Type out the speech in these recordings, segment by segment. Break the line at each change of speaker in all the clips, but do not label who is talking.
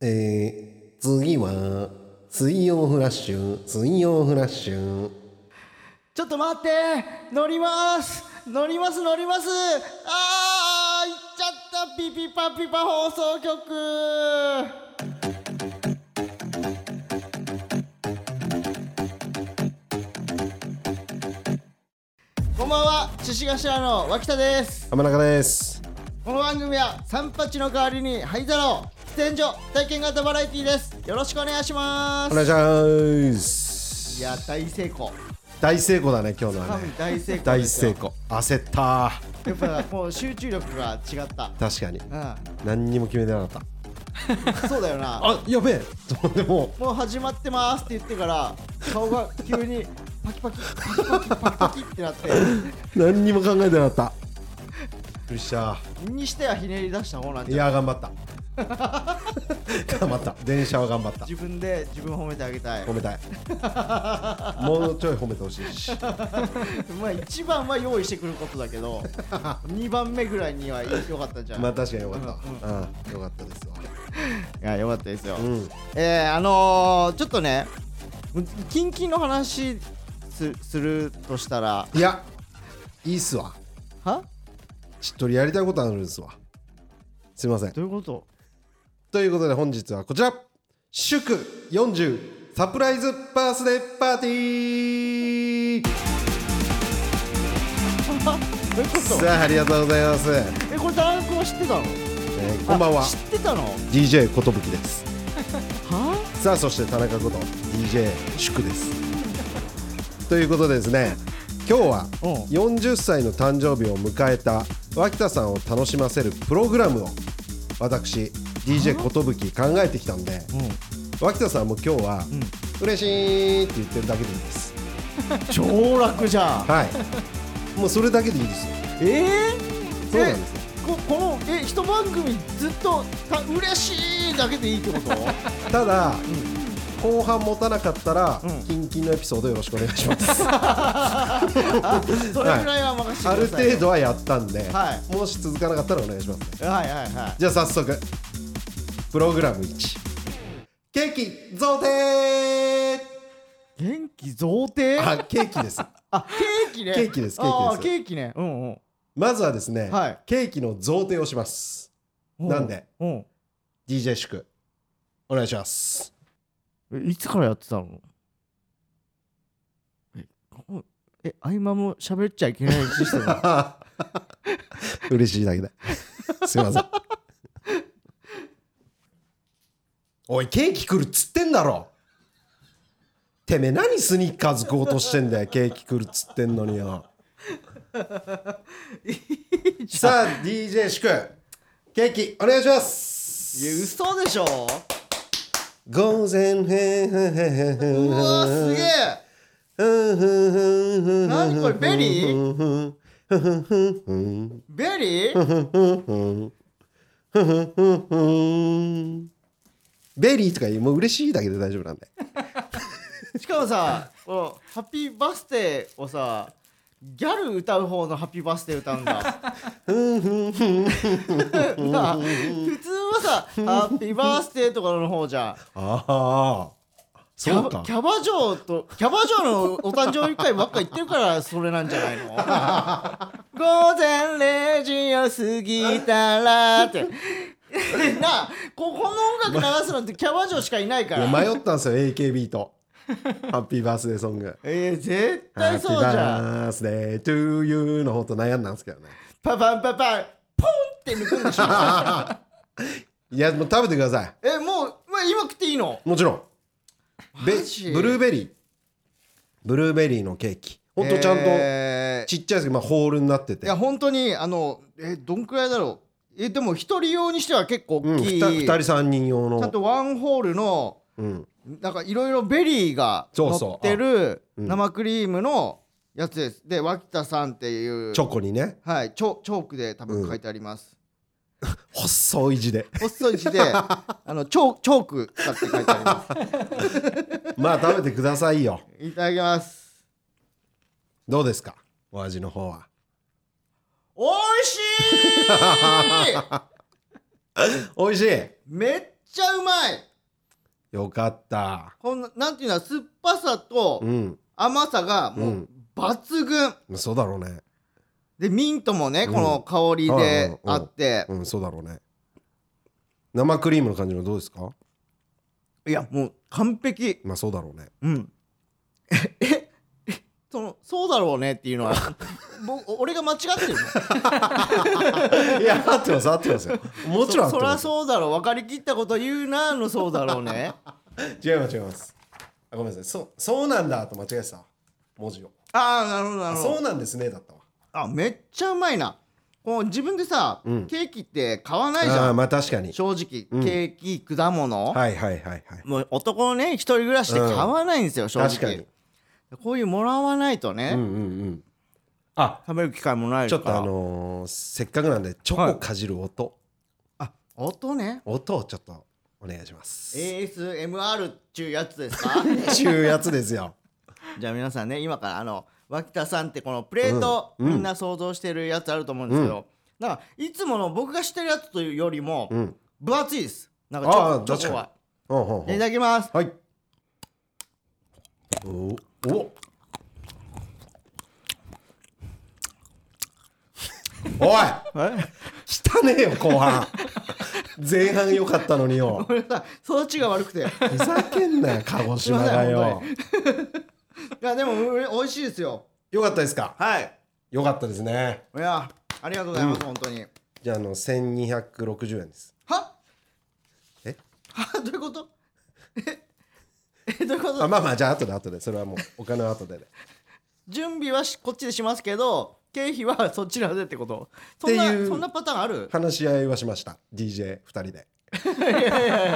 えー、次は、水曜フラッシュ、水曜フラッシュ。
ちょっと待って乗ります乗ります乗りますあー行っちゃったピピパピパ放送局こんばんは獅子頭の脇田です
浜中です。
この番組は三八の代わりに灰皿を喫煙所体験型バラエティーですよろしくお願いしま
お願
す
いします。
いや大成功
大成功だね、今日の
多
はね
分。大成功で
大
す
成
よ
功。焦った。
やっぱもう集中力が違った
確かに。
う
何にも決めてなかった。
ん、そうだよな。
あ、やべえ。とでも
もう始まってますって言ってから、顔が急にパキパキ、パキパキ、パキパキってなって、
う、何にも考えてなかった。びっくりした。
にしてはひねり出した方なん
い
じゃな
や、
い
頑張った。頑張った。電車は頑張った。
自分で自分褒めてあげたい
褒。めたい。 もうちょい褒めてほしいし。
まあ一番は用意してくることだけど、2番目ぐらいには良かったんじゃん。
まあ
い
確かによかった。うん、よかったですわ。
や、良かったですよ。
うん。
えー、あのー、ちょっとね、近々の話すするとしたら、
いや、いいっすわ。
は
しっとりやりたいことあるんですわ。すいません。
どういうこと
ということで本日はこちら。祝40サプライズバースデーパーティー
どういうこと
さあ、ありがとうございます。え
え、これ、ダンクは知ってたの
ーこんばんは
あ。知ってたのは
DJ ことぶき です。
あ
さあそして田中こと DJ 祝ですということでですね今日は
うん
40歳の誕生日を迎えた脇田さんを楽しませるプログラムを私 DJ ことぶき考えてきたんで脇田さんも今日は
ん
「嬉しい」って言ってるだけでいいです
超楽じゃん
はい もうそれだけでいいですよ
えー、
そうなんですよ
えここのえ一番組ずっとた嬉しいだけでいいってこ と
ただ後半持たなかったら
うん
キンキンのエピソードよろしくお願いします
あそれぐらいは任せて
あ
く
る
ださい
程度はやったんで
は
もし続かなかったらお願いしますね
はいはいはい
じゃあ早速プログラム1ケーキ贈呈
元気贈呈あ
あケーキ です
ケーキね
ケーキですケーキです
あーケーキねうんうん
まずはですね、
はい
ケーキの贈呈をします
うん
なんで
うん
DJ 祝お願いします
えいつからやってたのえこえ合間も喋っちゃいけ ないシステム
嬉しいだけだすいませんおいケーキ来るっつってんだろてめえ何スニッカーズ買おうとしてんだよケーキ来るっつってんのによさあ DJ 祝ケーキお願いします
いや嘘でしょ
午前へ
うわーすげえ
何
何これベリ
ー
ベリー
ベリーとか言うもう嬉しいだけで大丈夫なんで
しかもさこのハッピーバースデーをさギャル歌う方のハッピーバースデー歌うんだなあ普通はさ「ハッピーバースデー」とかの方じゃん
ああ
キ
そう
ャ
か
バキャバ嬢とキャバ嬢のお誕生日会ばっか言ってるからそれなんじゃない の午前0時を過ぎたらってなあここの音楽流すのってキャバ嬢しかいないか
いや
ら
迷ったんですよ AKB とハッピーバースデーソング
えー、絶
ハ
対
ッピ
そ
ー
うじゃん
バースデートゥーユーの方と悩んだんですけどね
パパンパパンポンって抜くんでしょ
いやもう食べてくださ
えもう、まあ、今食っていいの
いもちろんベ
マジ
ブルーベリーブルーベリーのケーキほんとちゃんと
えー
ちっちゃいですけど、まあ、ホールになってて
いや本当にあのえどんくらいだろうえでも一人用にしては結構
うん、
大きい、
2, 人
ち
3人用
ゃん
の、
とワンホールの
うん、
なんかいろいろベリーが
そうそう
乗ってる
うん
生クリームのやつですで脇田さんっていう
チョコにね
はいチョチョークで多分書いてあります、
細い字で
細い字 であのチョチョーク使って書いてあります
まあ食べてくださいよ
いただきます
どうですかお味の方は
おいしい
美味しい
めっちゃうまい
よかった
こんななんていうの酸っぱさと
うん
甘さがもう抜群、
そうだろうね
でミントもねこの香りであって、
うんそうだろうね生クリームの感じもどうですか
いやもう完璧
まあそうだろうね
うんええそのそうだろうねっていうの は僕俺が間違ってるの
いや合ってます合ってますよ もちろん合って
そそり
ま
ゃ
す
そうだろう分かりきったこと言うなのそうだろうね
違います違いますあごめんなさいそうそうなんだと間違えてたわ文字を
ああなるほどな
あ
るほ
そう
ど
なんですねだったわ
あめっちゃうまいなこう自分でさ、
うん
ケーキって買わないじ
あ
ゃ
あ
ん、
まあ確かに
正直、
うん
ケーキ果物、
はいはいはいはい
もう男のね一人暮らしで買わないんですよ、正直
確かに
こういうもらわないとね、
うんうんうんあ
食べる機会もない
ち
か
ょ
ら
っとあのーせっかくなんでチョコかじる音、
あ音ね
音をちょっとお願いしますえ
ASMR っちゅうやつです か
ちゅうやつですよ
じゃあ皆さんね今からあの脇田さんってこのプレート、
うんうん
みんな想像してるやつあると思うんですけど、なんかいつもの僕が知ってるやつというよりも
うん
分厚いですなんかちょ
あー
っとチョコは
うんうんうん
いただきます
はいおおおい
え
汚ねえよ後半前半良かったのによ
これさ育ちが悪くてい
ふざけんなよ鹿児島が
すいません
よ
本やでもう美味しいですよ
よかったですか
はい
よかったですね
いやありがとうございます、本当に
じゃああの1260円です
は
え
はどういうことええどういうこ
あ
と
まあまあじゃあ後で後でそれはもうお金は後でね
準備はしこっちでしますけど経費はそっちらでってことそ
て
ん
いう
なそんなパターンある
話し合いはしました DJ2 人で
いやいやいやい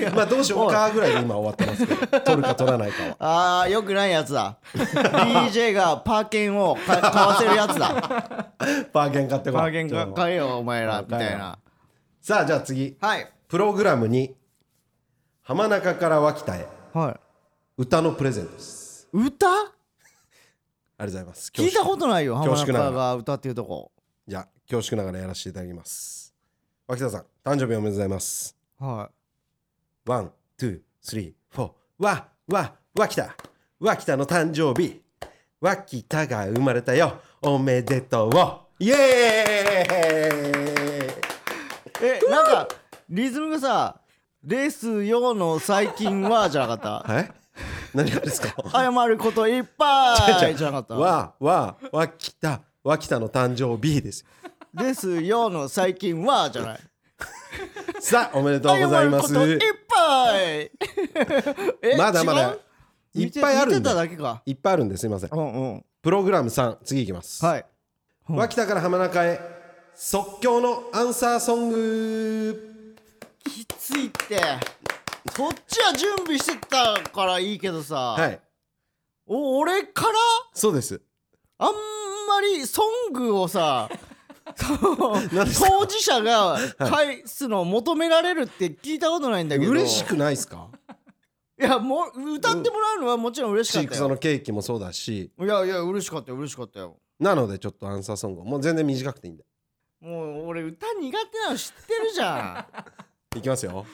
や
まあどうしようかぐらいで今終わってますけど取るか取らないかは
あーよくないやつだ DJ がパーケンをか買わせるやつだ
バーゲン買ってこい
パーケンか買えよお前ら
うん
みたいな
さあじゃあ次
はい
プログラムに浜中から脇田へ
は
歌のプレゼントです
い歌
ありがとうございます
聞いたこととないよ
恐
浜
縮
中
ながら
が歌っていうとこ
じゃあ恐縮ながらやらせていただきます脇田さん誕生日おめでとうございます
は
ワン、ツー、スリー、フォー。わ、わ、わきた。わきたの誕生日。わきたが生まれたよ。おめでとう。イエーイ
いえなんかリズムがさ「ですよ」の最近はじゃなかっ
はい何がですか
た謝ることいっぱ
違う違
いじゃなかっ
わ、わ、わきた。わきたの誕生日です。
た「ですよ」の最近はじゃない
さあ、おめでとうございます。
謝ることいっぱいえ
まだま
違
だ
う
いっぱいあ
見
る
て
ん
た
で。
だけか
いっぱいあるんですいません。
うんうん
プログラム3、次いきます。
はい
脇田から浜中へ、即興のアンサーソング。
きついってそっちは準備してたからいいけどさ、
はい。
お俺から
そうです。
あんまりソングをさその
何ですか
当事者が返すのを求められるって聞いたことないんだけど
嬉しくないですか
いやもう歌ってもらうのはもちろん嬉
シ
しかっ
ーク
た
ソ
よ
のケーキもそうだし
いやいや嬉しかったよ嬉しかったよ
なのでちょっとアンサーソングをもう全然短くていいんで
もう俺歌苦手なの知ってるじゃん
いきます よ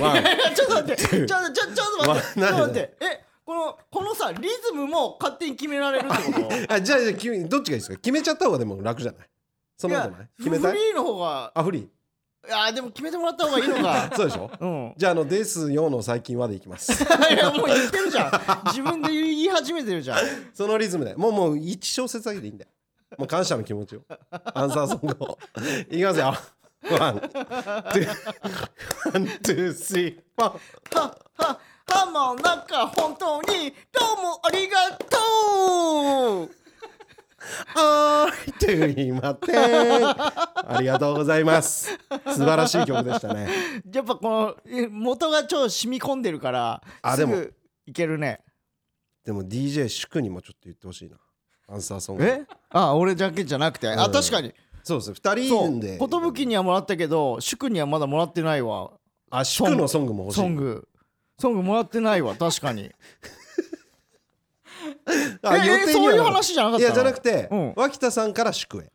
ワン
いや ちょっと待って、ちょっとちょちょっと待って、ちょ
ま
っ
あ
と待って、え、このこのさリズムも勝手に決められるって こと？い
あじゃあじゃあ君どっちがいいですか決めちゃった方がでも楽じゃないそんなことない決
フリ
めたい
ーの方が、
あフリ
いやでも決めてもらった方がいいのか
ー。 そうでしょ
うん。
じゃああの「ですよ」の最近はでいきます
いやもう言ってるじゃん。自分で言い始めてるじゃん。
そのリズムでもうもう1小節だけでいいんでもう感謝の気持ちをアンサーソング をいきますよワン、ツー、ワン、ツー、スリー、フォー。
はははもうなんか本当にどうもありがとう。
はい、というまてありがとうございます。素晴らしい曲でしたね。
やっぱこのえ元が超染み込んでるから、
あ
す
でも
ぐいけるね。
でも DJ 祝にもちょっと言ってほしいな。アンサーソング。
え？ あ、俺だけじゃなくて、
う
あ
ん
確かに。
そうです。二
そ
人
う
で。
寿にはもらったけど祝にはまだもらってないわ
あ、祝のソングも欲しい。
ソングソングもらってないわ確かに
あ、
ええそういう話じゃなかった
いや、じゃなくて、
うん
脇田さんから祝へ。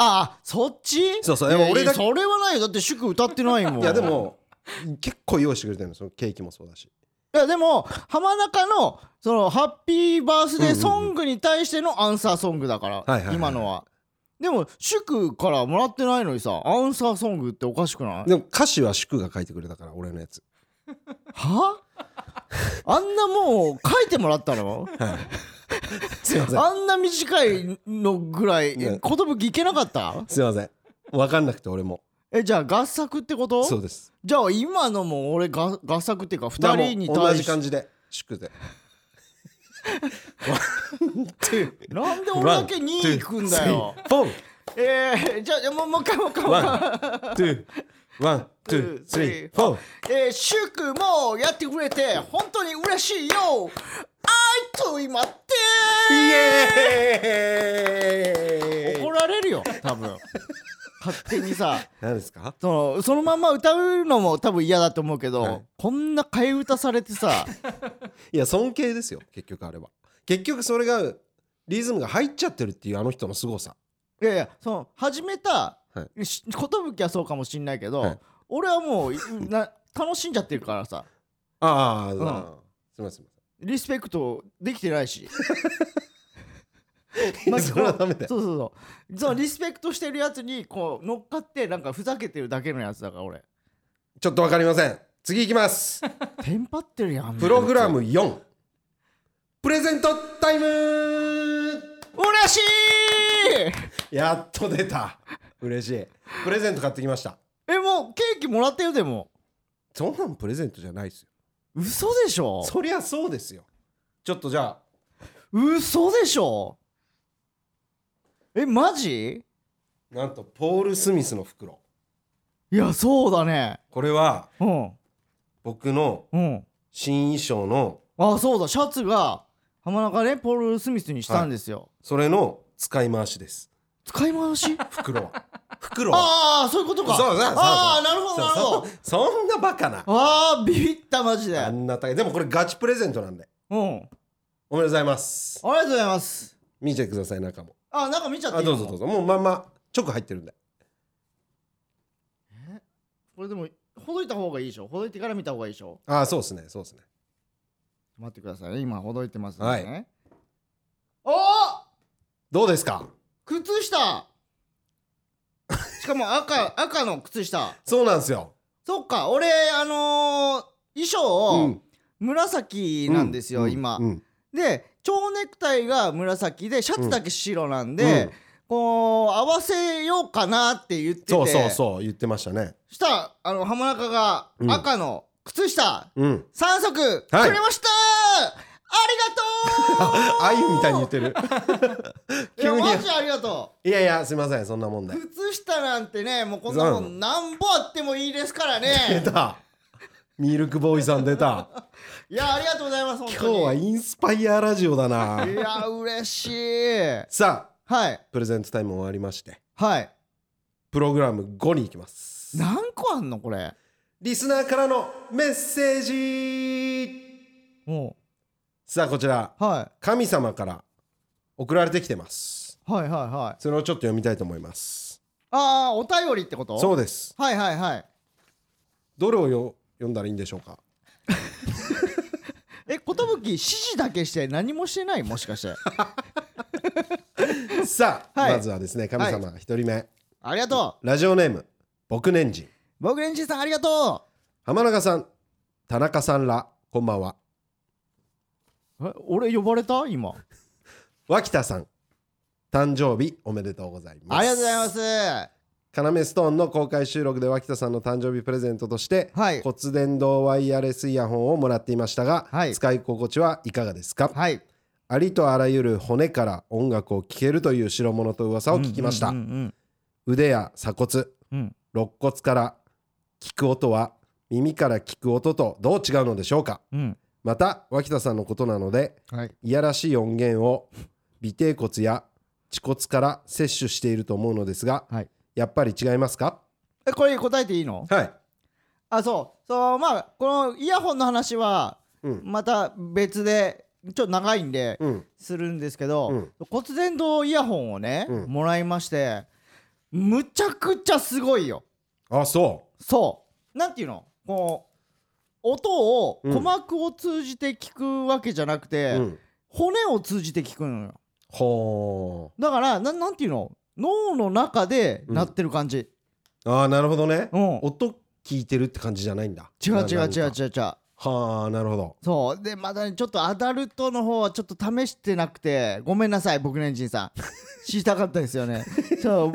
ああそっち
そうそう
いやいや
俺だけ
それはないよだって祝歌ってないも ん
いや、でも、結構用意してくれてるのそのケーキもそうだし
いやでも浜中のそのハッピーバースデーソングに対してのアンサーソングだか
はいはいは
ら
い
今のはでも祝からもらってないのにさアンサーソングっておかしくない
でも歌詞は祝が書いてくれたから俺のやつ
はあんなもう書いてもらったの
すいません
あんな短いのぐらい
ね
寿いけなかった
すいません分かんなくて俺も
えじゃあ合作ってこと
そうです
じゃあ今のも俺が合作っていうか
だ
2
からもう
人に
同
対
じ
して
感じで祝で
なんで俺だけ2位いくんだよ
ポン
えー、じゃあもうもう一回もう一回もう一回
ワンツーワンツースリーフォー
えー、祝もやってくれて本当に嬉しいよ愛と今って
イエーイ
怒られるよ多分勝手にさ
何ですか
そのそのまま歌うのも多分嫌だと思うけど、
はい
こんな替え歌されて さ
いや尊敬ですよ結局あれは結局それがリズムが入っちゃってるっていうあの人の凄さ
いやいやその始めた
は
し寿はそうかもしんないけど、
はい
俺はもういな楽しんじゃってるからさ
ああ、
ん
すみませんすみ
リスペクトできてな いし
ませんそれはダメだよ
そうそうそうそうリスペクトしてるやつにこう乗っかってなんかふざけてるだけのやつだから俺
ちょっとわかりません次いきます
テンパってるやん
プログラム4プレゼントタイム
嬉しい
やっと出た嬉しいプレゼント買ってきました
えもうケーキもらってるでも
そんなんプレゼントじゃないですよ
嘘でしょ
そりゃそうですよちょっとじゃあ
嘘でしょえマジ
なんとポール・スミスの袋
いやそうだね
これは
うん
僕の
うん
新衣装の
あそうだシャツが浜中ねポール・スミスにしたんですよ、
それの使い回しです
使 い回し
袋は袋は
ああそういうことか
そうそうそう
ああなるほどなるほ
そ
ど
うそそんなバカな
ああビビったマジで
あんな高いでもこれガチプレゼントなんで
うんあり
おめでとうございます
がとうございます
見てください中も
あなんか見ちゃってい
あ
い
どうぞどうぞもうまんま直入ってるんで
これでもほどいた方がいいでしょほどいてから見た方がいいでしょ
ああそうですねそうですね
待ってくださいね今ほどいてますね、
は
おー
どうですか
靴下しかも赤赤の靴下
そうなんですよ
そっか俺あのー、
う
衣装
ん
紫なんですよ、
う
今、
うん
で蝶ネクタイが紫でシャツだけ白なんで、
うん
こう合わせようかなって言ってて
そうそうそう言ってましたね
したらあの浜中が
うん
赤の靴下
うん
3足く
はい
れました、ありがとう
あゆみたいに言 ってる
いや
急に
マジありがと
いやいやすいませんそんなもん
う
だよ
靴下なんてねもうこんなもんなんぼあってもいいですから
出
ね
たミルクボーイさん出た
いやありがとうございます本
今
当に
日はインスパイアラジオだない
や嬉しい
さあ
はい
プレゼントタイム終わりまして
はい
プログラム5に行きます
何個あんのこれ
リスナーからのメッセージ
も
さあこちら
うは
神様から送られてきてます
いはいはいはい
それをちょっと読みたいと思います
ああお便りってこと
そうです
はいはいはい
どれをよ読んだらいいんでしょうか
え寿指示だけして何もしてないもしかして
さあ、
はい
まずはですね神様一人目、
ありがとう
ラジオネーム僕年人
僕レンジさんありがと
浜中さん田中さんらこんばんは
うえ俺呼ばれた今
脇田さん誕生日おめでとうございます
ありがとうございます
カナメストーンの公開収録で脇田さんの誕生日プレゼントとして、
はい
骨伝導ワイヤレスイヤホンをもらっていましたが、
はい
使い心地はいかがですか、
はい
ありとあらゆる骨から音楽を聴けるという代物と噂を聞きました、
うんうん
腕や鎖骨
うんうん
肋骨から聞く音は耳から聞く音とどう違うのでしょうか
うん
また脇田さんのことなので
うんはい
いやらしい音源を尾てい骨や恥骨から摂取していると思うのですが、
はい
やっぱり違いますか
えこれ答えていいの
はい、
あそうそうまあこのイヤホンの話は
うん、
また別でちょっと長いんで
うん、
するんですけど、
うん
骨伝導イヤホンをね、
うん
もらいましてむちゃくちゃすごいよ
あそ
そうなんていうのこう音を
うん
鼓膜を通じて聞くわけじゃなくて、
うん、
骨を通じて聞くのよ
ほ
だからななんていうの脳の中で
うん
鳴ってる感じ、
うああなるほどね、
うん違う
音聞いてるって感じじゃないんだ
違う違う違う
う
違う
はあなるほど
そうでまだねちょっとアダルトの方はちょっと試してなくてごめんなさい僕のエンジンさん 知りたかったですよねそう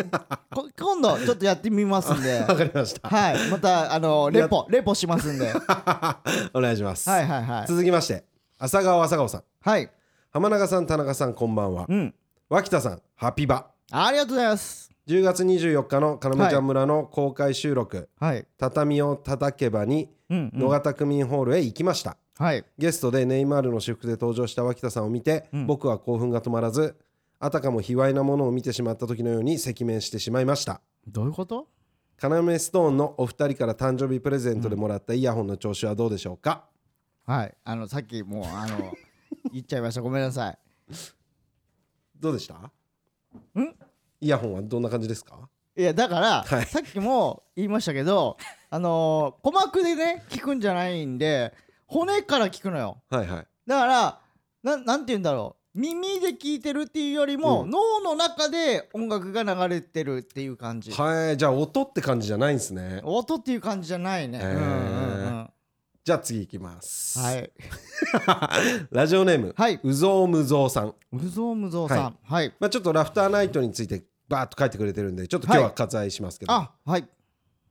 こ今度ちょっとやってみます んで
わかりました
はいまたあのレポレポしますんでは
お願いします、
いはいはい
続きまして朝顔朝顔さん
はい
浜中さん田中さんこんばんは
うん
脇田さんハピバ
ありがとうございます
10月24日のカラムちゃん村の公開収録、
はい
畳を叩けばに
うん、う
野
ん、
方区民ホールへ行きました、
はい
ゲストでネイマールの私服で登場した脇田さんを見て、
うん
僕は興奮が止まらずあたかも卑猥なものを見てしまった時のように赤面してしまいました
どういうこと
カナメストーンのお二人から誕生日プレゼントでもらったイヤホンの調子はどうでしょうか、
はいあのさっきもう あの言っちゃいましたごめんなさい
どうでしたイヤホンはどんな感じですか
いやだから、
はい
さっきも言いましたけどあのー鼓膜でね聞くんじゃないんで骨から聞くのよ
はいはい
だからななんて言うんだろう耳で聞いてるっていうよりも、
う
脳の中で音楽が流れてるっていう感じ、
はいじゃあ音って感じじゃないんですね
音っていう感じじゃないね、
へー
うんうんうん
じゃあ次いきます、
はい
ラジオネーム、
はいう
ぞうむぞうさん、
無造無造さんはい、
まあ、ちょっとラフターナイトについてバーッと書いてくれてるんでちょっと今日は割愛しますけど、
あはい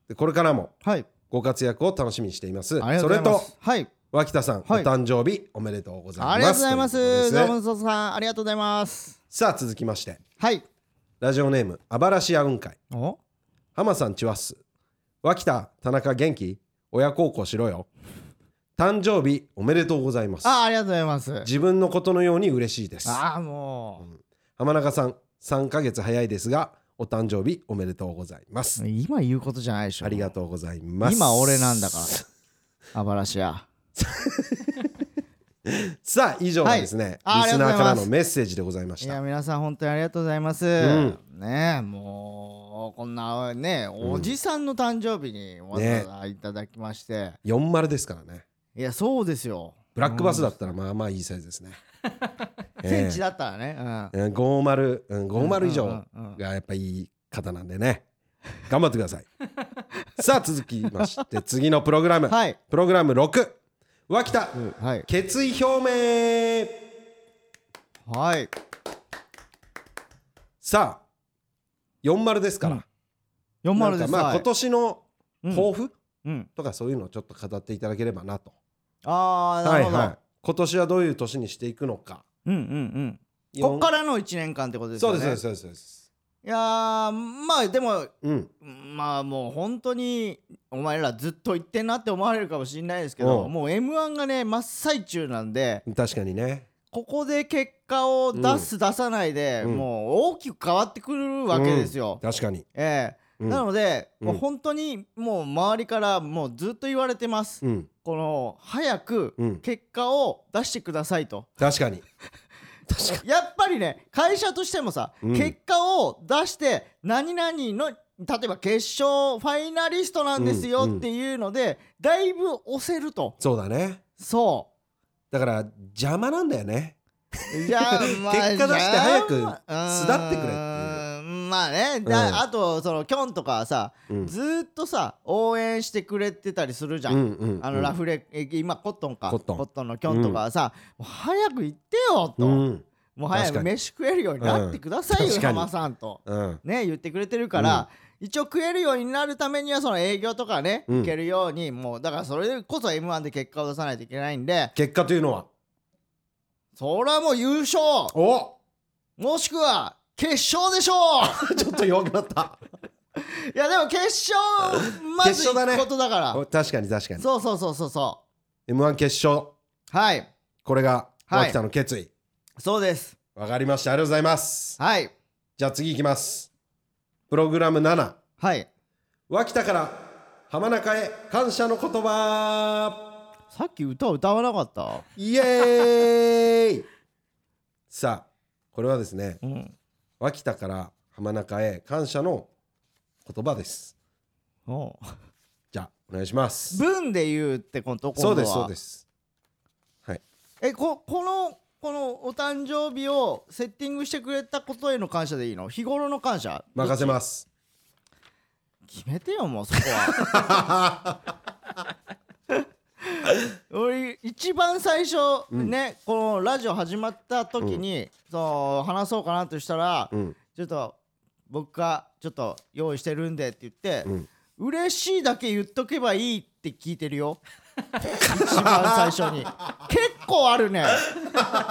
でこれからも
はい
ご活躍を楽しみにしています。
ありが
そう
とご
れ
ざいま
と
すはい
脇田さん、
はい
お誕生日おめでとうございます。
ありがとうございます
ということですね
ゾウムゾウさんありがとうございます
さあ続きまして
はい
ラジオネームあばらしや雲海
お
浜さんちわっす脇田田中元気親孝行しろよ誕生日おめでとうございます
あありがとうございます
自分のことのように嬉しいです
ああも
浜中さん3ヶ月早いですがお誕生日おめでとうございます
う今言うことじゃないでしょ
ありがとうございます
今俺なんだからあばらしや
さあ以上がですね、
はいあ
リ
り
ス
がとうご
ナー
ざいま
か
す
らのメッセージでございまし
い
た
や皆さん本当にありがとうございます、
ん
ねえもうこんなねおじさんの誕生日にわざわざいただきまして、
40ですからね
いやそうですよ
ブラックバスだったらまあまあいいサイズですね。
センチだったらね、うん
ええうん50、うん、50以
う
上
んうんうん
がやっぱいい方なんでね。頑張ってください。 さあ続きまして次のプログラム。
はい
プログラム6。脇田、
はい
決意表明
はい
さあ40ですから。
40
な
で
ん
す
かまあ
はい
今年の抱負
うんうん
とかそういうのをちょっと語っていただければなと。
ああなるほ
い。
ど、
今年はどういう年にしていくのか。
うんうんうんこっからの1年間ってことです
そ
よ
うで
ね
すそうですそうですそうです。
いやーまあでも
うん。
まあもう本当にお前らずっと言ってんなって思われるかもしれないですけど、
うん
もう m 1がね真っ最中なんで
確かにね。
ここで結果を出す、出さないで、
うん
もう大きく変わってくるわけですよ。
確かに。
ええ
うん
なので、
うん
もう本当にもう周りからもうずっと言われてます、
うん。
この早く
うん
結果を出してくださいと。
確か に。
やっぱりね会社としてもさ、
うん
結果を出して何々の例えば決勝ファイナリストなんですよ
うんうん
っていうので、だいぶ押せると
そうだね。
そ
だから邪魔なんだよね。
うじゃあ、まあ、
結果出して早く
じゃあ
巣立ってくれっていう
うーんまあねだ、
うん
あとそのキョンとかはさ
うん
ずーっとさ応援してくれてたりするじゃん、
うんうんうん
あのラフレ、え今コットンか
コットン
のキョンとかはさ、もう早く行ってよと、
うん。
もう早
確か
く
に
飯食えるようになってくださいよ、
うん確かに
浜さんと。
うん。
ね言ってくれてるから、一応食えるようになるためにはその営業とかね、
うん
いけるようにもうだからそれこそ m 1で結果を出さないといけないんで
結果というのは。
それはもう優勝
お
もしくは決勝でしょ う
ちょっと弱くな った。
いやでも決勝まず
決勝だね
行くことだから
お確かに確かに。
そうそうそうそうそ
M1 決勝。
うはい
これが
はい
脇田の決意。
そうです
わ、かりました。ありがとうございます。
はい
じゃあ次いきます。プログラム7。
はい
脇田から浜中へ感謝の言葉。
さっき歌歌わなかった
イエーイ さあ、これはですね、
うん
脇田から浜中へ感謝の言葉です。
おう
じゃあお願いします
文で言うってこと今度
そ
は
うですそうです
えここのこのお誕生日をセッティングしてくれたことへの感謝でいいの日頃の感謝
任せます
決めてよもうそこは俺一番最初、
うん
ねこのラジオ始まった時に、そう話そうかなとしたら、
うん
ちょっと僕がちょっと用意してるんでって言って、
うん
嬉しいだけ言っとけばいいって聞いてるよ一番最初に結構あるね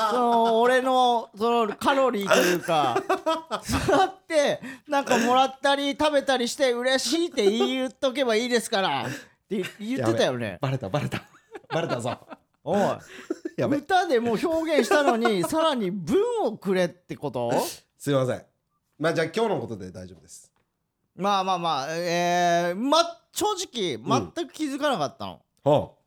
その俺のそのカロリーというかそうやってなんかもらったり食べたりして嬉しいって言っとけばいいですからって言ってたよね
バレたバレた バレたぞ
おい
やべ
歌でもう表現したのにさらに文をくれってこと
すいませんまあじゃあ今日のことで大丈夫です
まあまあまあえー、ま正直
ん
全く気づかなかったの、
ほ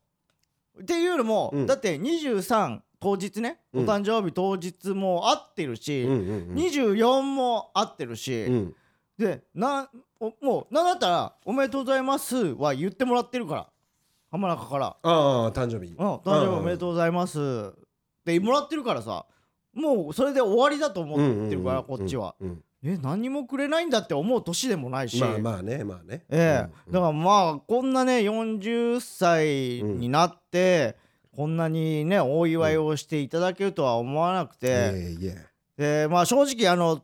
っていうのも、
うん
だって23当日ね、
うん
お誕生日当日も合ってるし、
ううんうん
24も合ってるし、
うんうん
でなおもうなんだったら「おめでとうございます」は言ってもらってるから浜中から
ああ誕生
「
日
うん誕生日おめでとうございます」ってもらってるからさもうそれで終わりだと思ってるから、こっちは、
うん
え何にもくれないんだって思う年でもないし、
まあまあねまあね
ええ
うん
だからまあこんなね40歳になって、こんなにねお祝いをしていただけるとは思わなくて、
いえいえ
でまあ正直あの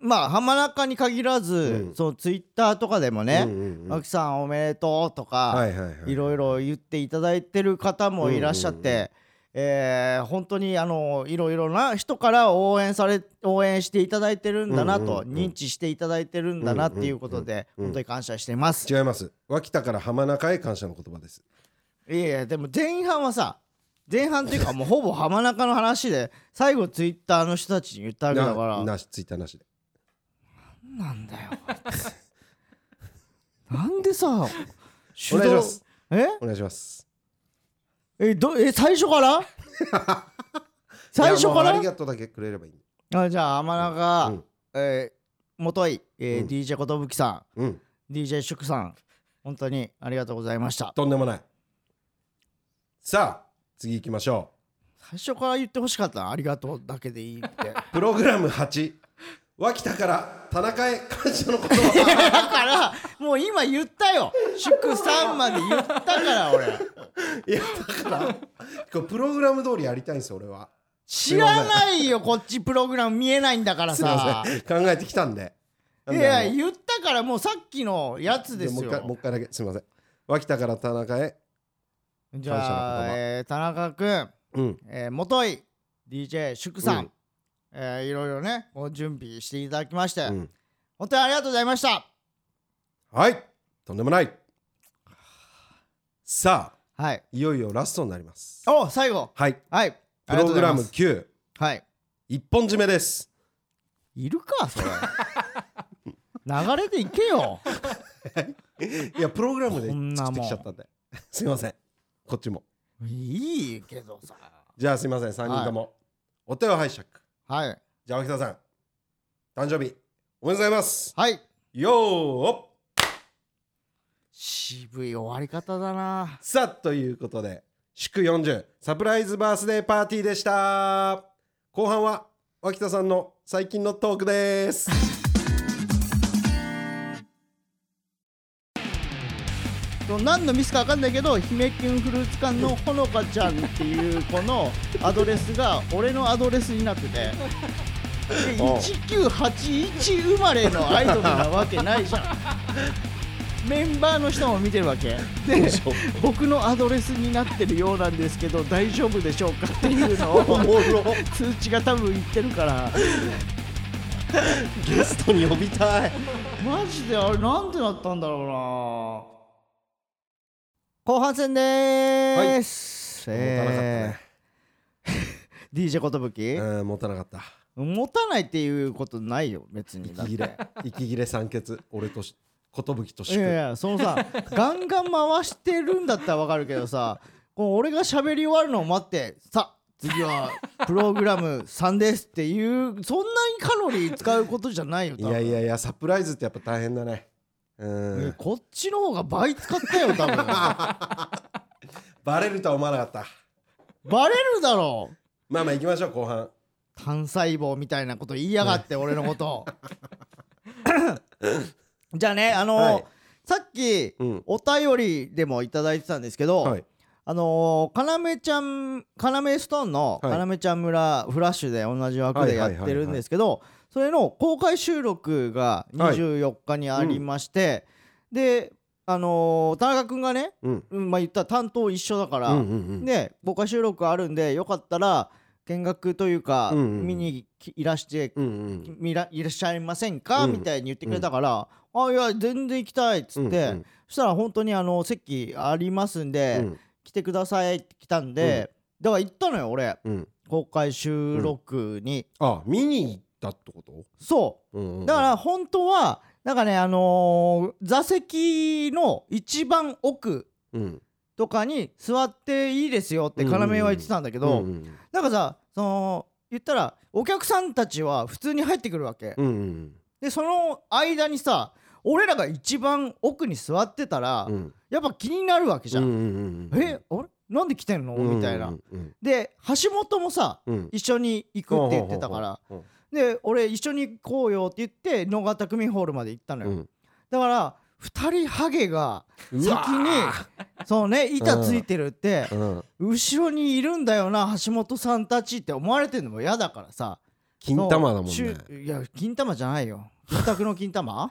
まあ浜中に限らず、
うん
そのツイッターとかでも
うん
ね
うん
「
うん
あ、き、さんおめでとう」とか、
はいはいはい
いろいろ言っていただいてる方もいらっしゃって、
うんうん
えー本当にあのいろいろな人から応援され応援していただいてるんだなと、
うんうんうん
認知していただいてるんだなっていうことで、
うんうんうん
本当に感謝してます。
違います脇田から浜中へ感謝の言葉です
いやいやでも前半はさ前半ってい うかもうほぼ浜中の話で最後ツイッターの人たちに言ったわけだから
ななしツイッターなしで
なんだよあいつ なんでさ手
お願いし
動
ます
え
お願いします
えどえ最初から 最初か
いやもうあ
ら
りがとうだけくれればいい
あじゃあ浜中、
うん
えー、もとい、えー
うん
DJ 寿さ
うん
ん DJ 祝さん本当にありがとうございました
とんでもないさあ次行きましょ
最初から言ってほしかったなありがとうだけでいいってだ
うプログラム8脇田から田中へ感謝の言 葉
からもう今言ったよ祝さんまで言ったから俺
いやだからこうプログラム通りやりたいんですよ俺は
知らないよこっちプログラム見えないんだから
すいま
さ
せん考えてきたんで
いやいや言ったからもうさっきのやつです
もう一回もう
よ
一回だけすいません脇田から田中へ
じゃ
感謝の
あ、
言葉
えー田中君
うん
えー、もとい DJ 祝さん、
うん
えーいろいろねこう準備していただきまして、
うん
本当にありがとうございました
はいとんでもないさあ
はい
いよいよラストになります
お最後
はい
はい
プログラ
ありがとうございま
ム
す
9
はい
一本締めです
いる かそれ流れでいけよ
いやプログラムで
こんなも
作って
ん
きちゃったんですいませんこっちも
いいけどさ
じゃあすいません3人とも、お手を拝借
はい
じゃあ脇田さん誕生日おめでとうございます
はい
よーお
渋い終わり方だな
さあということで祝40サプライズバースデーパーティーでした後半は脇田さんの最近のトーク です
と何のミスか分かんないけど姫キュンフルーツ館のほのかちゃんっていう子 のアドレスが俺のアドレスになっててで
おう
1981生まれのアイドルなわけないじゃん メンバーの人も見てるわけで僕のアドレスになってるようなんですけど大丈夫でしょうかっていうの
お
を
もろ
通知が多分言ってるから
ゲストに呼びたい
マジであれなんでなったんだろうな後半戦でーす、
持たなかったね、
えー DJ ことぶき、
うん持たなかった
持たないっていうことないよ別にだ
息
っ
切
て
れ息切れ酸欠俺とし寿と
い
し
やい
く
やその さガンガン回してるんだったらわかるけどさこの俺が喋り終わるのを待ってさ次はプログラム3ですっていうそんなにカロリー使うことじゃないよ
い
多分
やいやいやサプライズってやっぱ大変だねうん
こっちの方が倍使ったよ多分
バレるとは思わなかった
バレるだろう
まあまあ行きましょう後半
単細胞みたいなこと言いやがって俺のこと じゃあねあの
はい
さっき
うん
お便りでもいただいてたんですけど、
はい
あのー、かなめちゃんかなめストーンの「
はい
かなめちゃん村」フラッシュで同じ枠でやってるんですけどそれの公開収録が24日にありまして、であのー、田中君がね、
うん
うんまあ、言ったら担当一緒だから、
うんうんうん
で公開収録あるんでよかったら見学というか、
うんうん
見にきいらして、
うんうん
みらいらっしゃいませんか、
うん
みたいに言ってくれたから「あいや全然行きたい」っつって、
うんうん
そしたら本当にあの席ありますんで、
うん
来てくださいって来たんで、だから行ったのよ俺
うん
公開収録に、
あ見に行ったってこと
そ
うんうんう
うんだから本当はなんかねあのー座席の一番奥
うん
とかに座っていいですよって
うんうんうん
要は言ってたんだけど、
うんうん
なんかさその言ったらお客さんたちは普通に入ってくるわけ、
うんうん
でその間にさ俺らが一番奥に座ってたら、
うん
やっぱ気になるわけじゃん、
うんうんうん
えあれなんで来てんの、みたい
う
な
んうん
で橋本もさ
うんうん
一緒に行くって言ってたから
うん
で俺一緒に行こうよって言って野方組ホールまで行ったのよ、
うん
だから2人ハゲが
うん
先
うわ
にそうね板ついてるって
うん
後ろにいるんだよな橋本さんたちって思われてるのも嫌だからさ
金玉だもん
そ
ね
うちゅいや金玉じゃないよ金卓の 金玉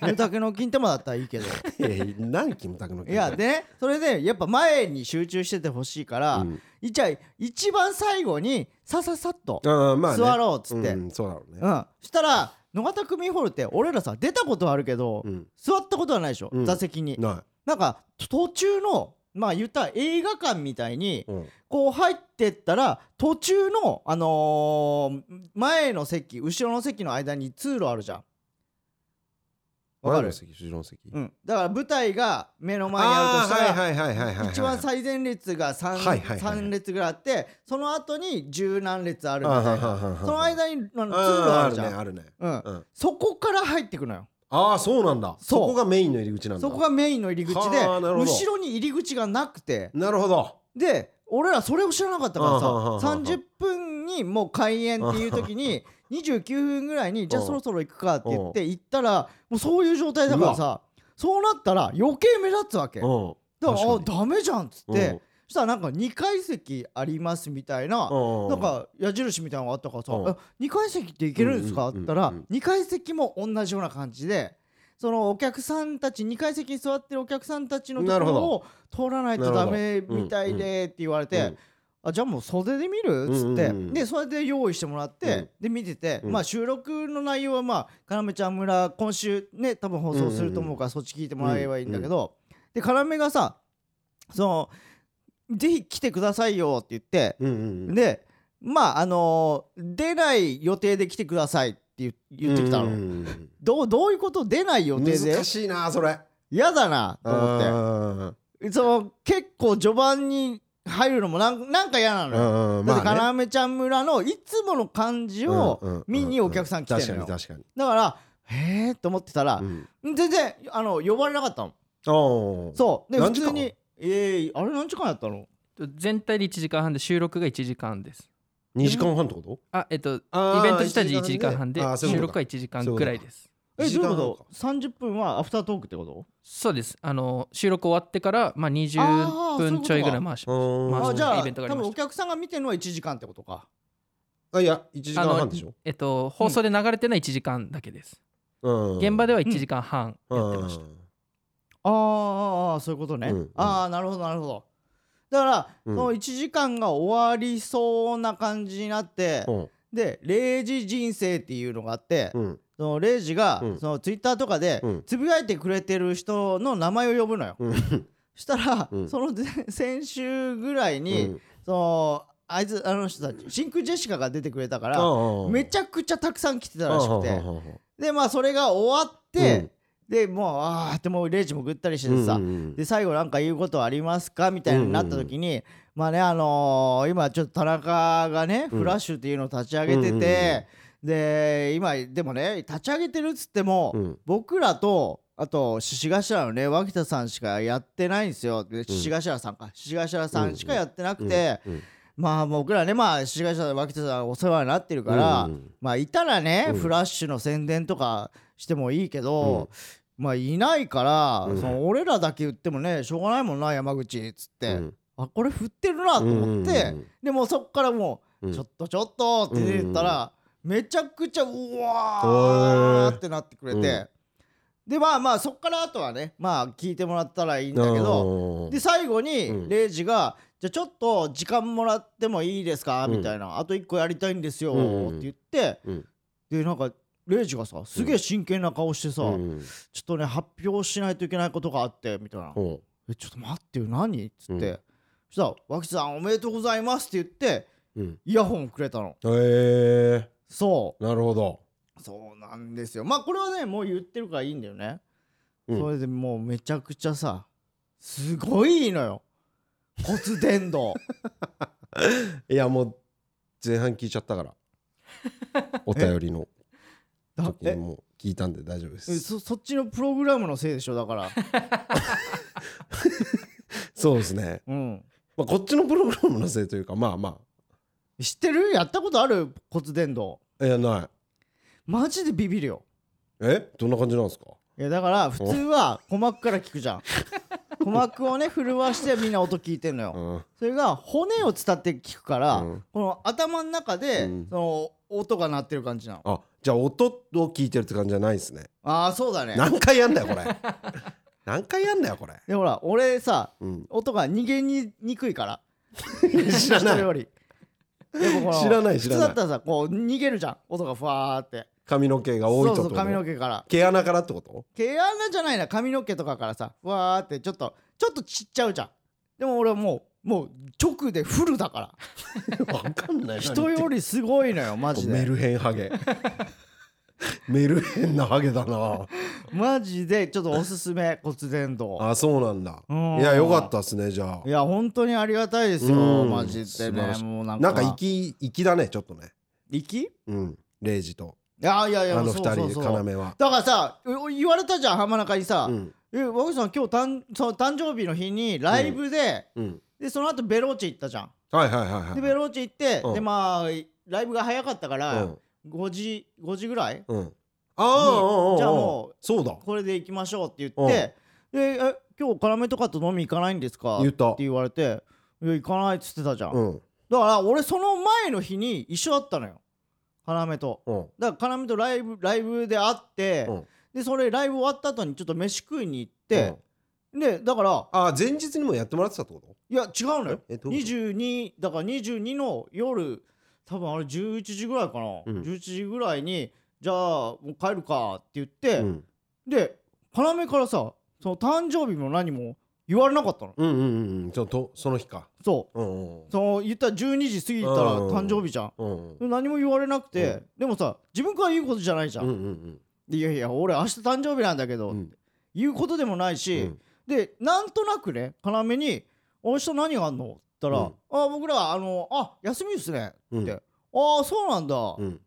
金卓の金玉だったらいいけど
えー何キムタクの
いやでねそれでやっぱ前に集中しててほしいから、
うん
いちゃ一番最後にさささっと
あーまあね
座ろうっつって、
うんそうだろうね
うん、したら野方組ホールって俺らさ出たことはあるけど、
うん
座ったことはないでしょ、
うん
座席に
な
なんか途中のまあ言ったら映画館みたいに
いうん
こう入ってったら途中のあのー前の席後ろの席の間に通路あるじゃんわか
前
る
の席後ろの席
うん、だから舞台が目の前に
あ
ある
ー
としたら、
はいはいはいはいはいはい
一番最前列が 3,、
はいはいはい
三列ぐらいあってその後に十何列あるみ
あ
たい
はは
な
はは
その間にあの通路
あー
あ
あ
る
る
じ
ね
ゃん、
あるね
うん、
うん
そこから入ってくのよ
ああそうなんだ
そ
そうこがメインの入り口なんだ
そこがメインの入り口で
はあなるほど
後ろに入り口がなくて
なるほど
で俺らそれを知らなかったからさ
あはははは
30分にもう開演っていう時に29分ぐらいにじゃあ
うん
そろそろ行くかって言って行ったらもうそういう状態だからさそうなったら余計目立つわけだか
うん
らあ
確か
ダメじゃんっつっ
に
てそしたらなんか2階席ありますみたいな
うん
なんか矢印みたいなのがあったからさ
うん
「2階席って行けるんですか?」
うん
っ
うん
て
うん
言ったら
うんうん
2階席も同じような感じでそのお客さんたち2階席に座ってるお客さんたちのとこ
なるほ
ろ
ど
を通らないとダメみたいでって言われ
うん
て。あじゃあもう袖で見るっつっ
うん
て
うんうん
でそれで用意してもらっ
うん
てで見てて
うん
まあ収録の内容はまあ「かなめちゃん村」今週ね多分放送すると思うからそっち聞いてもらえばいいんだけどでかなめがさそのぜひ来てくださいよって言って、
うんうんうん
でまああのー出ない予定で来てくださいって言言ってきたの、
うんうんうん
どうどういうこと出ない予定で
難しいなそれ
嫌だなと思っ
思って
その結構序盤に入るのもなんなんか嫌なのよ、
て
だってかなめちゃん村のいつもの感じを見にお客さん来てんのよ
確かに
だからへえと思ってたら
確か、に
全然あの呼ばれなかったの
そ
そうで普
何時間
通にえー、あれ何時間やったの
全体で1時間半で収録が1時間です
2時間半ってこと
あえっとイ
あー
ベント自体で1時間半で
あーそういう
収
こと
録
か
は1時間くらいです
えどうい
一時
うこ
間半
と
か
?30 分はアフタートークってこと
そうですあの収録終わってから、まあ、
あー
20
そういうこと
分
か
ちょいぐらい回し
うん
まあ
あじゃあ
イベントがあ
多
りま
分お
し
客さんが見てるのは1時間ってことか
あいや1時間半でしょ
えっと放送で流れてない1時間だけで
う
す、
ん
現場では
うん
1時間半やってまし
あー
た、
あーあーそういうことね、
うんうん
ああなるほどなるほどだから、
うん
その1時間が終わりそうな感じになって、
うん
で「0時人生」っていうのがあって、
うん
その0時が、
うん
そのツイッターとかで
うん
つぶやいてくれてる人の名前を呼ぶのよ、
うん
したら、
うん
その前先週ぐらいに、
うん
そのあいつあの人たち真空ジェシカが出てくれたから、めちゃくちゃたくさん来てたらしくて、
うんうんうんうん
でまあそれが終わって、でもうああってもうレイジもぐったりしててさ、
うんうん
で最後なんか言うことありますかみたいになった時に、まあねあのー今ちょっと田中がね、
うん
フラッシュっていうのを立ち上げて
うんうん
て、で今でもね立ち上げてるっつっても、
うん
僕らとあと獅子頭のね脇田さんしかやってないんですよで獅子頭さんか獅子頭さんしかやってなくて、
うんうん
まあ僕らねまあ獅子頭脇田さんお世話になってるから、
うんうん
まあいたらね、
うん
フラッシュの宣伝とかしてもいいけど、まあいないから、
うん
その俺らだけ言ってもねしょうがないもんな山口っつっ
う
て、
ん
あこれ振ってるなと
うんうんう
思って、
ん
でもうそっからもう、
うん
ちょっとちょっとって出てったら、めちゃくちゃうわーってなってくれて、
うん
でまあまあそっからあとはねまあ聞いてもらったらいいんだけど、
ど
で最後
うん
にレイジが「じゃあちょっと時間もらってもいいですか?」
うん
みたいな、あと1個やりたいんですよ」
うん
って言って、
うん
でなんかレイジがさすげえ真剣な顔してさ、
うん
ちょっとね発表しないといけないことがあってみたいな。
うん
えちょっと待ってよ何っつって、
うん
そしたら「脇さんおめでとうございます」って言って
うん
イヤホンくれたの
へえ
そ
なるほど
うそうなんですよまあこれはねもう言ってるからいいんだよね、
うん
それでもうめちゃくちゃさすごいいいのよ骨 伝導
いやもう前半聞いちゃった からお便りの
だ
時に
え
もう聞いたんで大丈夫で
え
す
そそっちのプログラムのせいでしょだから
そうですね
うん
まあこっちのプログラムのせいというかまあま
知ってるやったことある骨伝導
あいやない
マジでビビるよ
えどんな感じなんですか
いやだから普通は鼓膜から聞く じゃん鼓膜をね震わしてみんな音聞いてんのよ、
うん
それが骨を伝って聞くから、
うん
この頭の中で、
うん
その音が鳴ってる感じなの
あじゃあ音を聞いてるって感じじゃないですね
ああそうだね
何回やんだよこれ 何回やんだよこれ
でほら俺さ
うん
音が逃げににくいから
知ら
人
ない
よりやっぱこの
知らない知らない
普通だったらさこう逃げるじゃん音がふわーって
髪の毛が多いと
そう
ってこ
そう
と
髪の毛から
毛穴からってこと
毛穴じゃないな髪の毛とかからさふわーってちょっとちょっとちっちゃうじゃんでも俺はもうもう直でフルだから
分かんない
人よりすごいのよマジ
メ
で
ルヘンハゲ メルヘンなハゲだな
マジでちょっとおすすめ骨伝導
あそうなんだ
うん
いやよかったっすねじゃ
いや本当にありがたいです
う
よ
ん
マジで
素晴ら
ね
しい
もう
あ
なんか
なんか粋粋だねちょっとね
息い
うんレイジと
やいやい
あ
や
の二
そうそ
人
う
で
そ
要
う
は
だからさう言われたじゃん浜中にさ
う
「
ん
え和口さん今日たんその誕生日の日にライブで、
うん
でその後ベローチェ行ったじゃん
はいはいはいは
で
い
ベローチェ行って、
うん
でまあライブが早かったから、
うん
5時5時ぐらい
うんああ
じゃあもう
そうだ
これで行きましょうって言って、でえ今日辛めとかと飲み行かないんですか
言った
て言われて「いや行かない」っつってたじゃん、
うん
だから俺その前の日に一緒だったのよ要と
うん
だから要とライブライブで会って、
うん
でそれライブ終わった後にちょっと飯食いに行っ
うん
て、でだから
あ前日にもやってもらってたってこと
いや違うのよ
ええどういうこ
22だから22の夜多分あれ11時ぐらいかな、
うん
11時ぐらいにじゃあもう帰るかって言って、
とうん
で要からさその誕生日も何も言われなかったの
うんうんうんうんちょっとその日か
そう
うんうん
その言ったら12時過ぎたら
うん
誕生日じゃん
うん
でも何も言われなくて、
うん
でもさ自分から言うことじゃないじゃん、
うんうん
でいやいや俺明日誕生日なんだけど、
うんうん
言うことでもないし、
うん
でなんとなくね要に「明日何があんの?」って言ったら「
うん
あ僕らあのあ休みですね」
うん
って「ああそうなんだ」
うん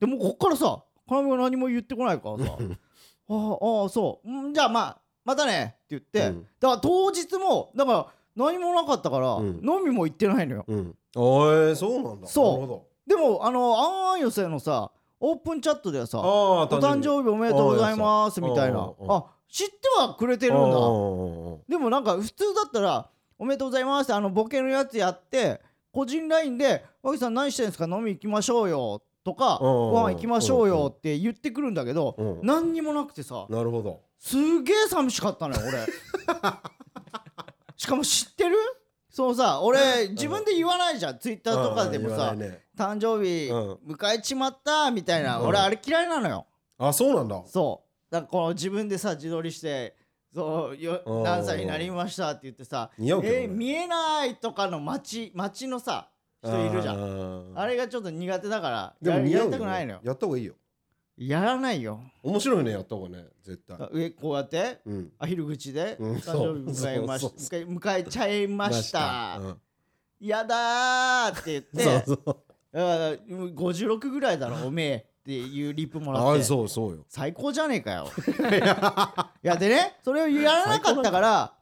でもうこっからさ要が何も言ってこないからさ「あ
うん
あああそううんじゃあまあまたね」って言って、
うん
だから当日もだから何もなかったから、
うん
飲みも行ってないのよ
うんあえそうなんだ
そう
なるほど
でもあのあんあん寄せのさオープンチャットではさ「
ああ
お誕生日おめでとうございます」みたい
あ
な
ー
あ知ってはくれて
日
るんだ
ん
でもなんか普通だったら「おめでとうございます」ってあのボケのやつやって個人 LINE で「脇さん何してんすか飲み行きましょうよ」とか「
うんうんうん
ご飯行きましょうよ」って言ってくるんだけど
うん
何にもなくてさ
なるほど
すげえ寂しかったのよ俺しかも知ってるそのさ俺自分で言わないじゃんツイッターとかでも
あ
さ
ー言わないね
「誕生日
う
迎えちまった」みたいな
うん
俺あれ嫌いなのよ
あそうなんだ
そうだからこの自分でさ自撮りしてそうよ
うん
何歳になりましたって言ってさ「え
似合うけどね
ー見えない」とかの街街のさ人いるじゃんあ
ん
れがちょっと苦手だから
でも
や
似合う
や
よ
り
ね
たくないのよ
やった方がいいよ
やらないよ
面白いねやった方がね絶対
上こうやって
うん
アヒル口で
うん
誕生日迎えまし
そう
迎え迎えちゃいました
うん
やだーって言って
そうそう
うん56ぐらいだろおめえっていうリップもら
ああ
って
そうそうよ
最高じゃねえか よいやでねそれをやらなかったから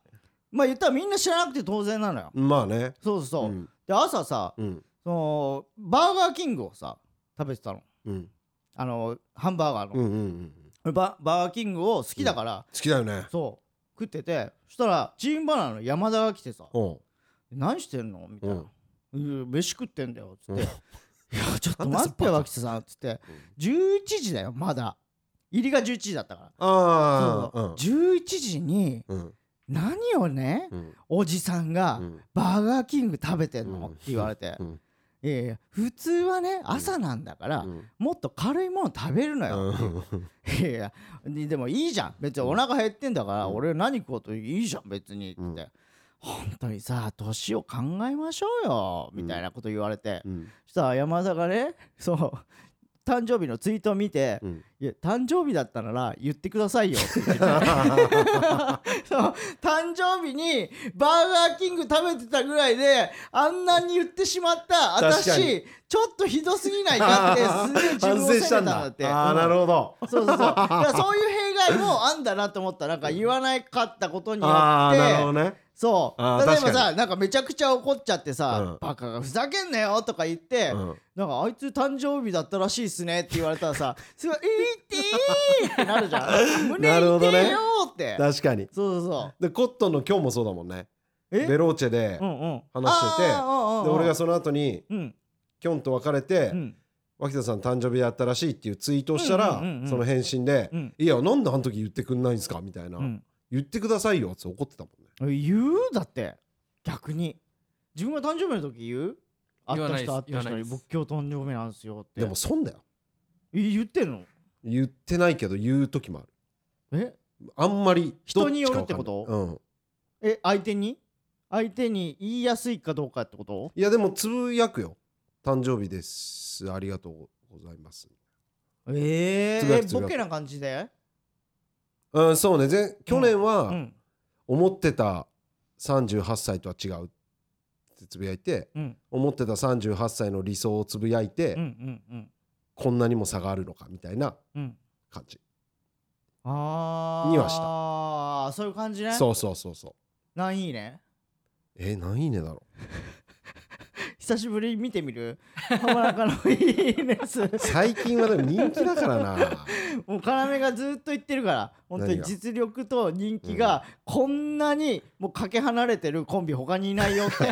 まあ言ったらみんな知らなくて当然なのよ
まあね
そうそうそう、
ん
で朝さ
うん
そのバーガーキングをさ食べてたの
うん
あのハンバーガーの、
うんうんうん
俺ババーガーキングを好きだから、
好きだよね
そう食っててそしたらチームバナナの山田が来てさ
おう
「何してんの?」みたいな「うん飯食ってんだよ」つって「
うん
いやちょっと待ってよ脇田さん」つって「11時だよまだ入りが11時だったから」
あ
そう
あ
11時に
うんうん
何をね
うん
おじさんが
うん
バーガーキング食べてんの
うん
って言われて
うん
「いやいや普通はね朝なんだから
うん
もっと軽いもの食べるのよ」
うん
いやいやででもいいじゃん別にお腹減ってんだから、
うん
俺何食おうといいじゃん別にって、
うん
本当にさ年を考えましょうよみたいなこと言われて、
うん
そしたら山田がねそう誕生日のツイートを見て、
うん
いや誕生日だったなら言ってくださ いよって言ってたそう誕生日にバーガーキング食べてたぐらいであんなに言ってしまっ
確
た
かに
私ちょっとひどすぎないかっ てすげえ 自
反
分を
省
責め
したた
ん
ん
だ
だ
って
ああなるほど
そうそうそう。だからそういう弊害もあんだなと思った。なんか言わなかったことによ
あ
っ
あなるほど
て。
ね
そう
あー
例えば
確か
さなんかめちゃくちゃ怒っちゃってさ、
うん
バカがふざけんなよとか言って、
うん
なんかあいつ誕生日だったらしいっすねって言われた らさすごい「えいってー!」ってなるじゃん胸
なるほ
痛
どね
えよーって、
確かに
そうそうそう
でコットンの今日もそうだもんね
え
ベローチェで
うんうん
話してて
あーうんうんうん
で俺がその後に
うん
キョンと別れて
うん
脇田さん誕生日やったらしいっていうツイートをしたら
うんうんうんうん
その返信で
うん
「いやなんであの時言ってくんないんすか?」みたいな
うん
「言ってくださいよ」って怒ってたもんね
言うだって逆に自分が誕生日の時言う会
言
っ
わ
た
ないです
人会った人
言わな
に
いです
僕今日誕生日なんですよって
でも損だよ
え言ってんの
言ってないけど言う時もあ
え
るあんまり
人に
ど
よる
ちか
っ
わ
て
かん
こ
ない
と
うん
え相手に相手に言いやすいかどうかってこと
いやでもつぶやくよ誕生日ですありがとうございます
え
つぶ
ー、
や
え
くつぶやく
ボケな感じで
うんそうねぜ去年
う
は
ん
思ってた38歳とは違うってつぶやいて
うん
思ってた38歳の理想をつぶやいて、
うんうんうん
こんなにも差があるのかみたいな
うん
感じ
あー
にはした
あーそういう感じね
そうそうそうそう
なんいいね
え何いいねだろ
久しぶりに見てみる浜中のいい ね数
う最近はでも人気だからな
もう要がずっと言ってるから本当
何
に
が
実力と人気がこんなにもうかけ離れてるコンビ他にいないよ って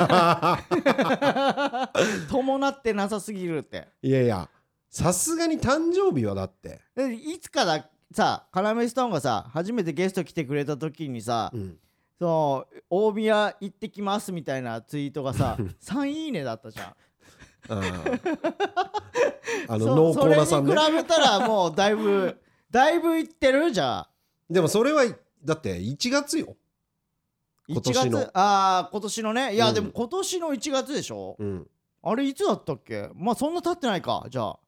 伴ってなさすぎるって
いやいやさすがに誕生日はだって、
でいつかださ要ストーンがさ初めてゲスト来てくれた時にさ、
うん、
そう大宮行ってきますみたいなツイート がさ3いいねだったじゃん
あ ーあの濃
そ
厚なさんね
それに比べたらもうだ いぶだいぶ行ってるじゃあ
でもそれはだって1月よ、
1
今
月
年の
ああ今年のねいや、
うん
でも今年の1月でしょ、
うん、
あれいつだったっけまあそんな経ってないかじゃあ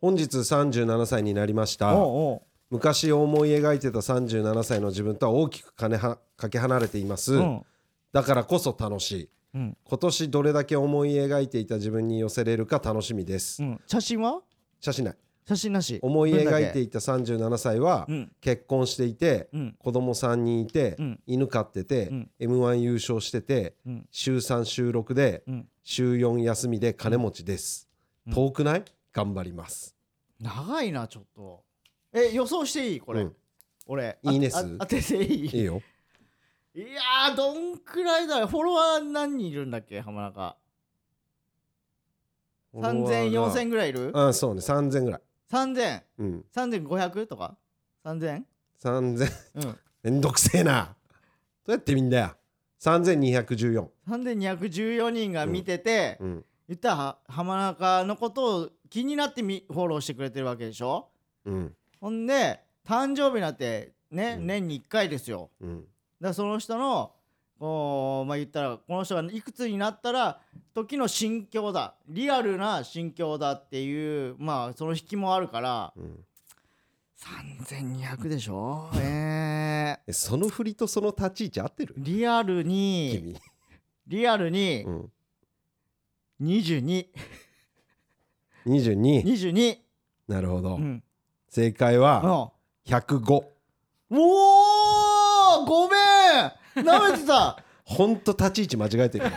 本日37歳になりました
おう
昔思い描いてた37歳の自分とは大きく金はかけ離れています、
おううん
だからこそ楽しい
うん
今年どれだけ思い描いていた自分に寄せれるか楽しみです、
うん写真は
写真ない
写真なし
思い描いて
い
いた37歳は
うん
結婚していて、
うん
子供3人いて、
うん
犬飼ってて、
うん
m 1優勝してて、
うん
週3週6で、
うん
週4休みで金持ちです、
うん
遠くない頑張ります
長いなちょっとえ予想していいこれ、
うん
俺
いいね数
あ当てていい
いいよ
いやーどんくらいだろうフォロワー何人いるんだっけ浜中30004000ぐらいいる
うんそうね3000ぐらいうん
30003500とか 3000?
3000
うん
めんどくせえなどうやって見んだよ3214
3214人が見てて、
うん
言ったらは浜中のことを気になってみフォローしてくれてるわけでしょ
うん
ほんで誕生日なんてね、
うん
年に1回ですよ
うん
だからその人のこうまあ言ったらこの人がいくつになったら時の心境だリアルな心境だっていうまあその引きもあるから
うん
3200でしょえ
えその振りとその立ち位置合ってる
ー、リアルに
君
リアルに
うん
2222
22なるほど、
うん
正解
う
は
ん
105
おーごめんなめて た
ほんと立ち位置間違えてるよ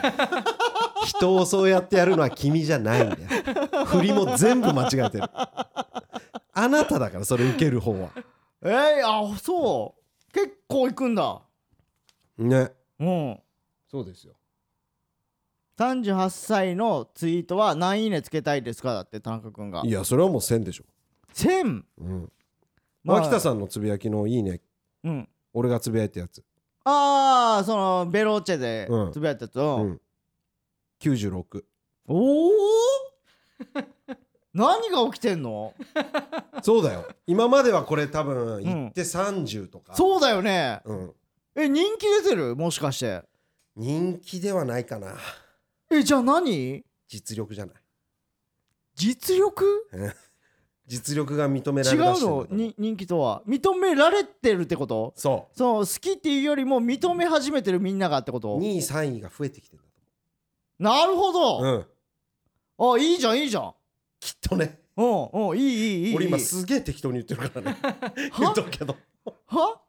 人をそうやってやるのは君じゃないんだよ振りも全部間違えてるあなただからそれ受ける方は
えー、あそう結構行くんだ
ね
うん
そうですよ
38歳のツイートは何いいねつけたいですかだって田中君が
いやそれはもう1000でしょ、
1000
うん
まあ
脇田さんのつぶやきの「いいね
うん」
俺がつぶやいたやつ、
ああそのベローチェで
うん
つぶやいたと、
うん、96
おお何が起きてんの
そうだよ今まではこれ多分
ん
行って30とか、
そうだよね
うん、
え人気出てるもしかして
人気ではないかな
えじゃあ何
実力じゃない
実力
実力が認めら
違
れ
う
だしてるんだ
の
と思
に人気とは認められてるってこと
そ
そう好きっていうよりも認め始めてるみんながってこ
う
と
2位3位が増えてきてるんだ
なるほ
と思
ど、
う、うん、
あいいじゃんいいじゃん
きっとね
うんうんいいいいいい
俺
いい
今すげえ適当に言ってるからね言っ
は
とくけど
は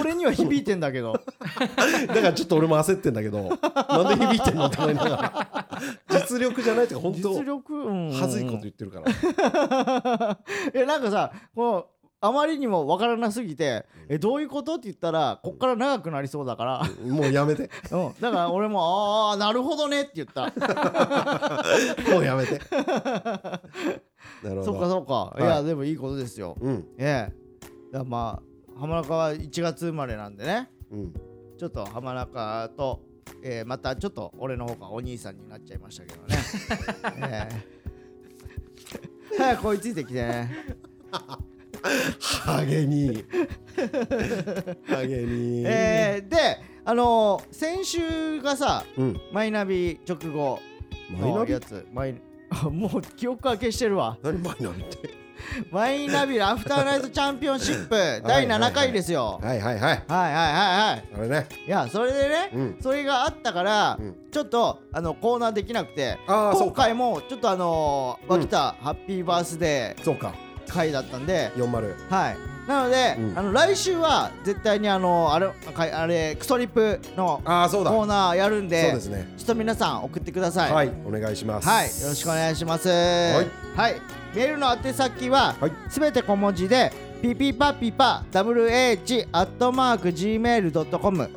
俺には響いてんだけど
だからちょっと俺も焦ってんだけどなんで響いてんのって思いながら実力じゃないっていう か本当
実力うん
はずいこと言ってるから
えなんかさこのあまりにもわからなすぎて「えどういうこと?」って言ったらこっから長くなりそうだから、
もうやめて
うん、だから俺も「ああなるほどね」って 言った
もうやめてなるほ
そっか
ど
そっか、
い
い、やでもいいことですよ
うん
ええだからまあ浜中は1月生まれなんでね
うん
ちょっと浜中と、えーまたちょっと俺の方がお兄さんになっちゃいましたけど ね、ええ早く追いついてきてね
ハゲにハゲに
えーであのー先週がさ
うん
マイナビ直後
マイナ
の
ビ
やつマイ もう記憶は消してるわ
何マイナビって
マイナビアフターナイトチャンピオンシップ
はい
第7回ですよ
はいはいはい
はいはいはいはい
あれね
いやそれでね、
うん
それがあったから、
うん
ちょっとあのコーナーできなくて
ああそう
今
か
回もちょっとあのー、
うん
脇田ハッピーバースデ
そうか
ー回だったんで、
40
はいなので、
うん
あの来週は絶対にあのあれかいあれクソリップの
ああそうだ
コー
そう
ナーやるんで
ですね
ちょっと皆さん送ってください
はいお願いします
はいよろしくお願いします
い
はいメールの宛先は
はい
すべて小文字でピピパピパ WH アットマーク Gmail.com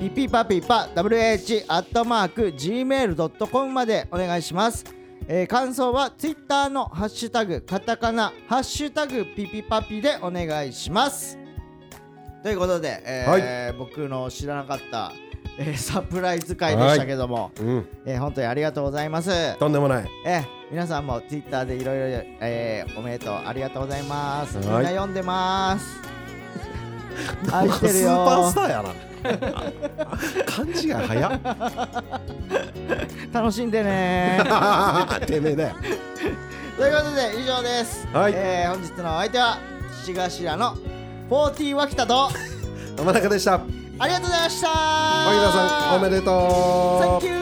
ピピパピパ WH アットマーク Gmail.com までお願いします、えー感想はツイッターのハッシュタグカタカナハッシュタグピピパピでお願いしますということで、えー僕の知らなかった、えーサプライズ会でしたけども、
うん
えー本当にありがとうございます。え
とんでもない
ー皆さんも Twitter でいろいろえーおめでとうありがとうございます。
は
み
い
んな読ん でます。愛してる
スーパー
よ
スタ。ーや な勘違い早っ。
楽しんでね
てめえだよ
ということで以上です。
はい
えー本日のお相手は七頭の40脇田と
山中でした
ありがとうございました。
萩田さんおめでとう
Thank you.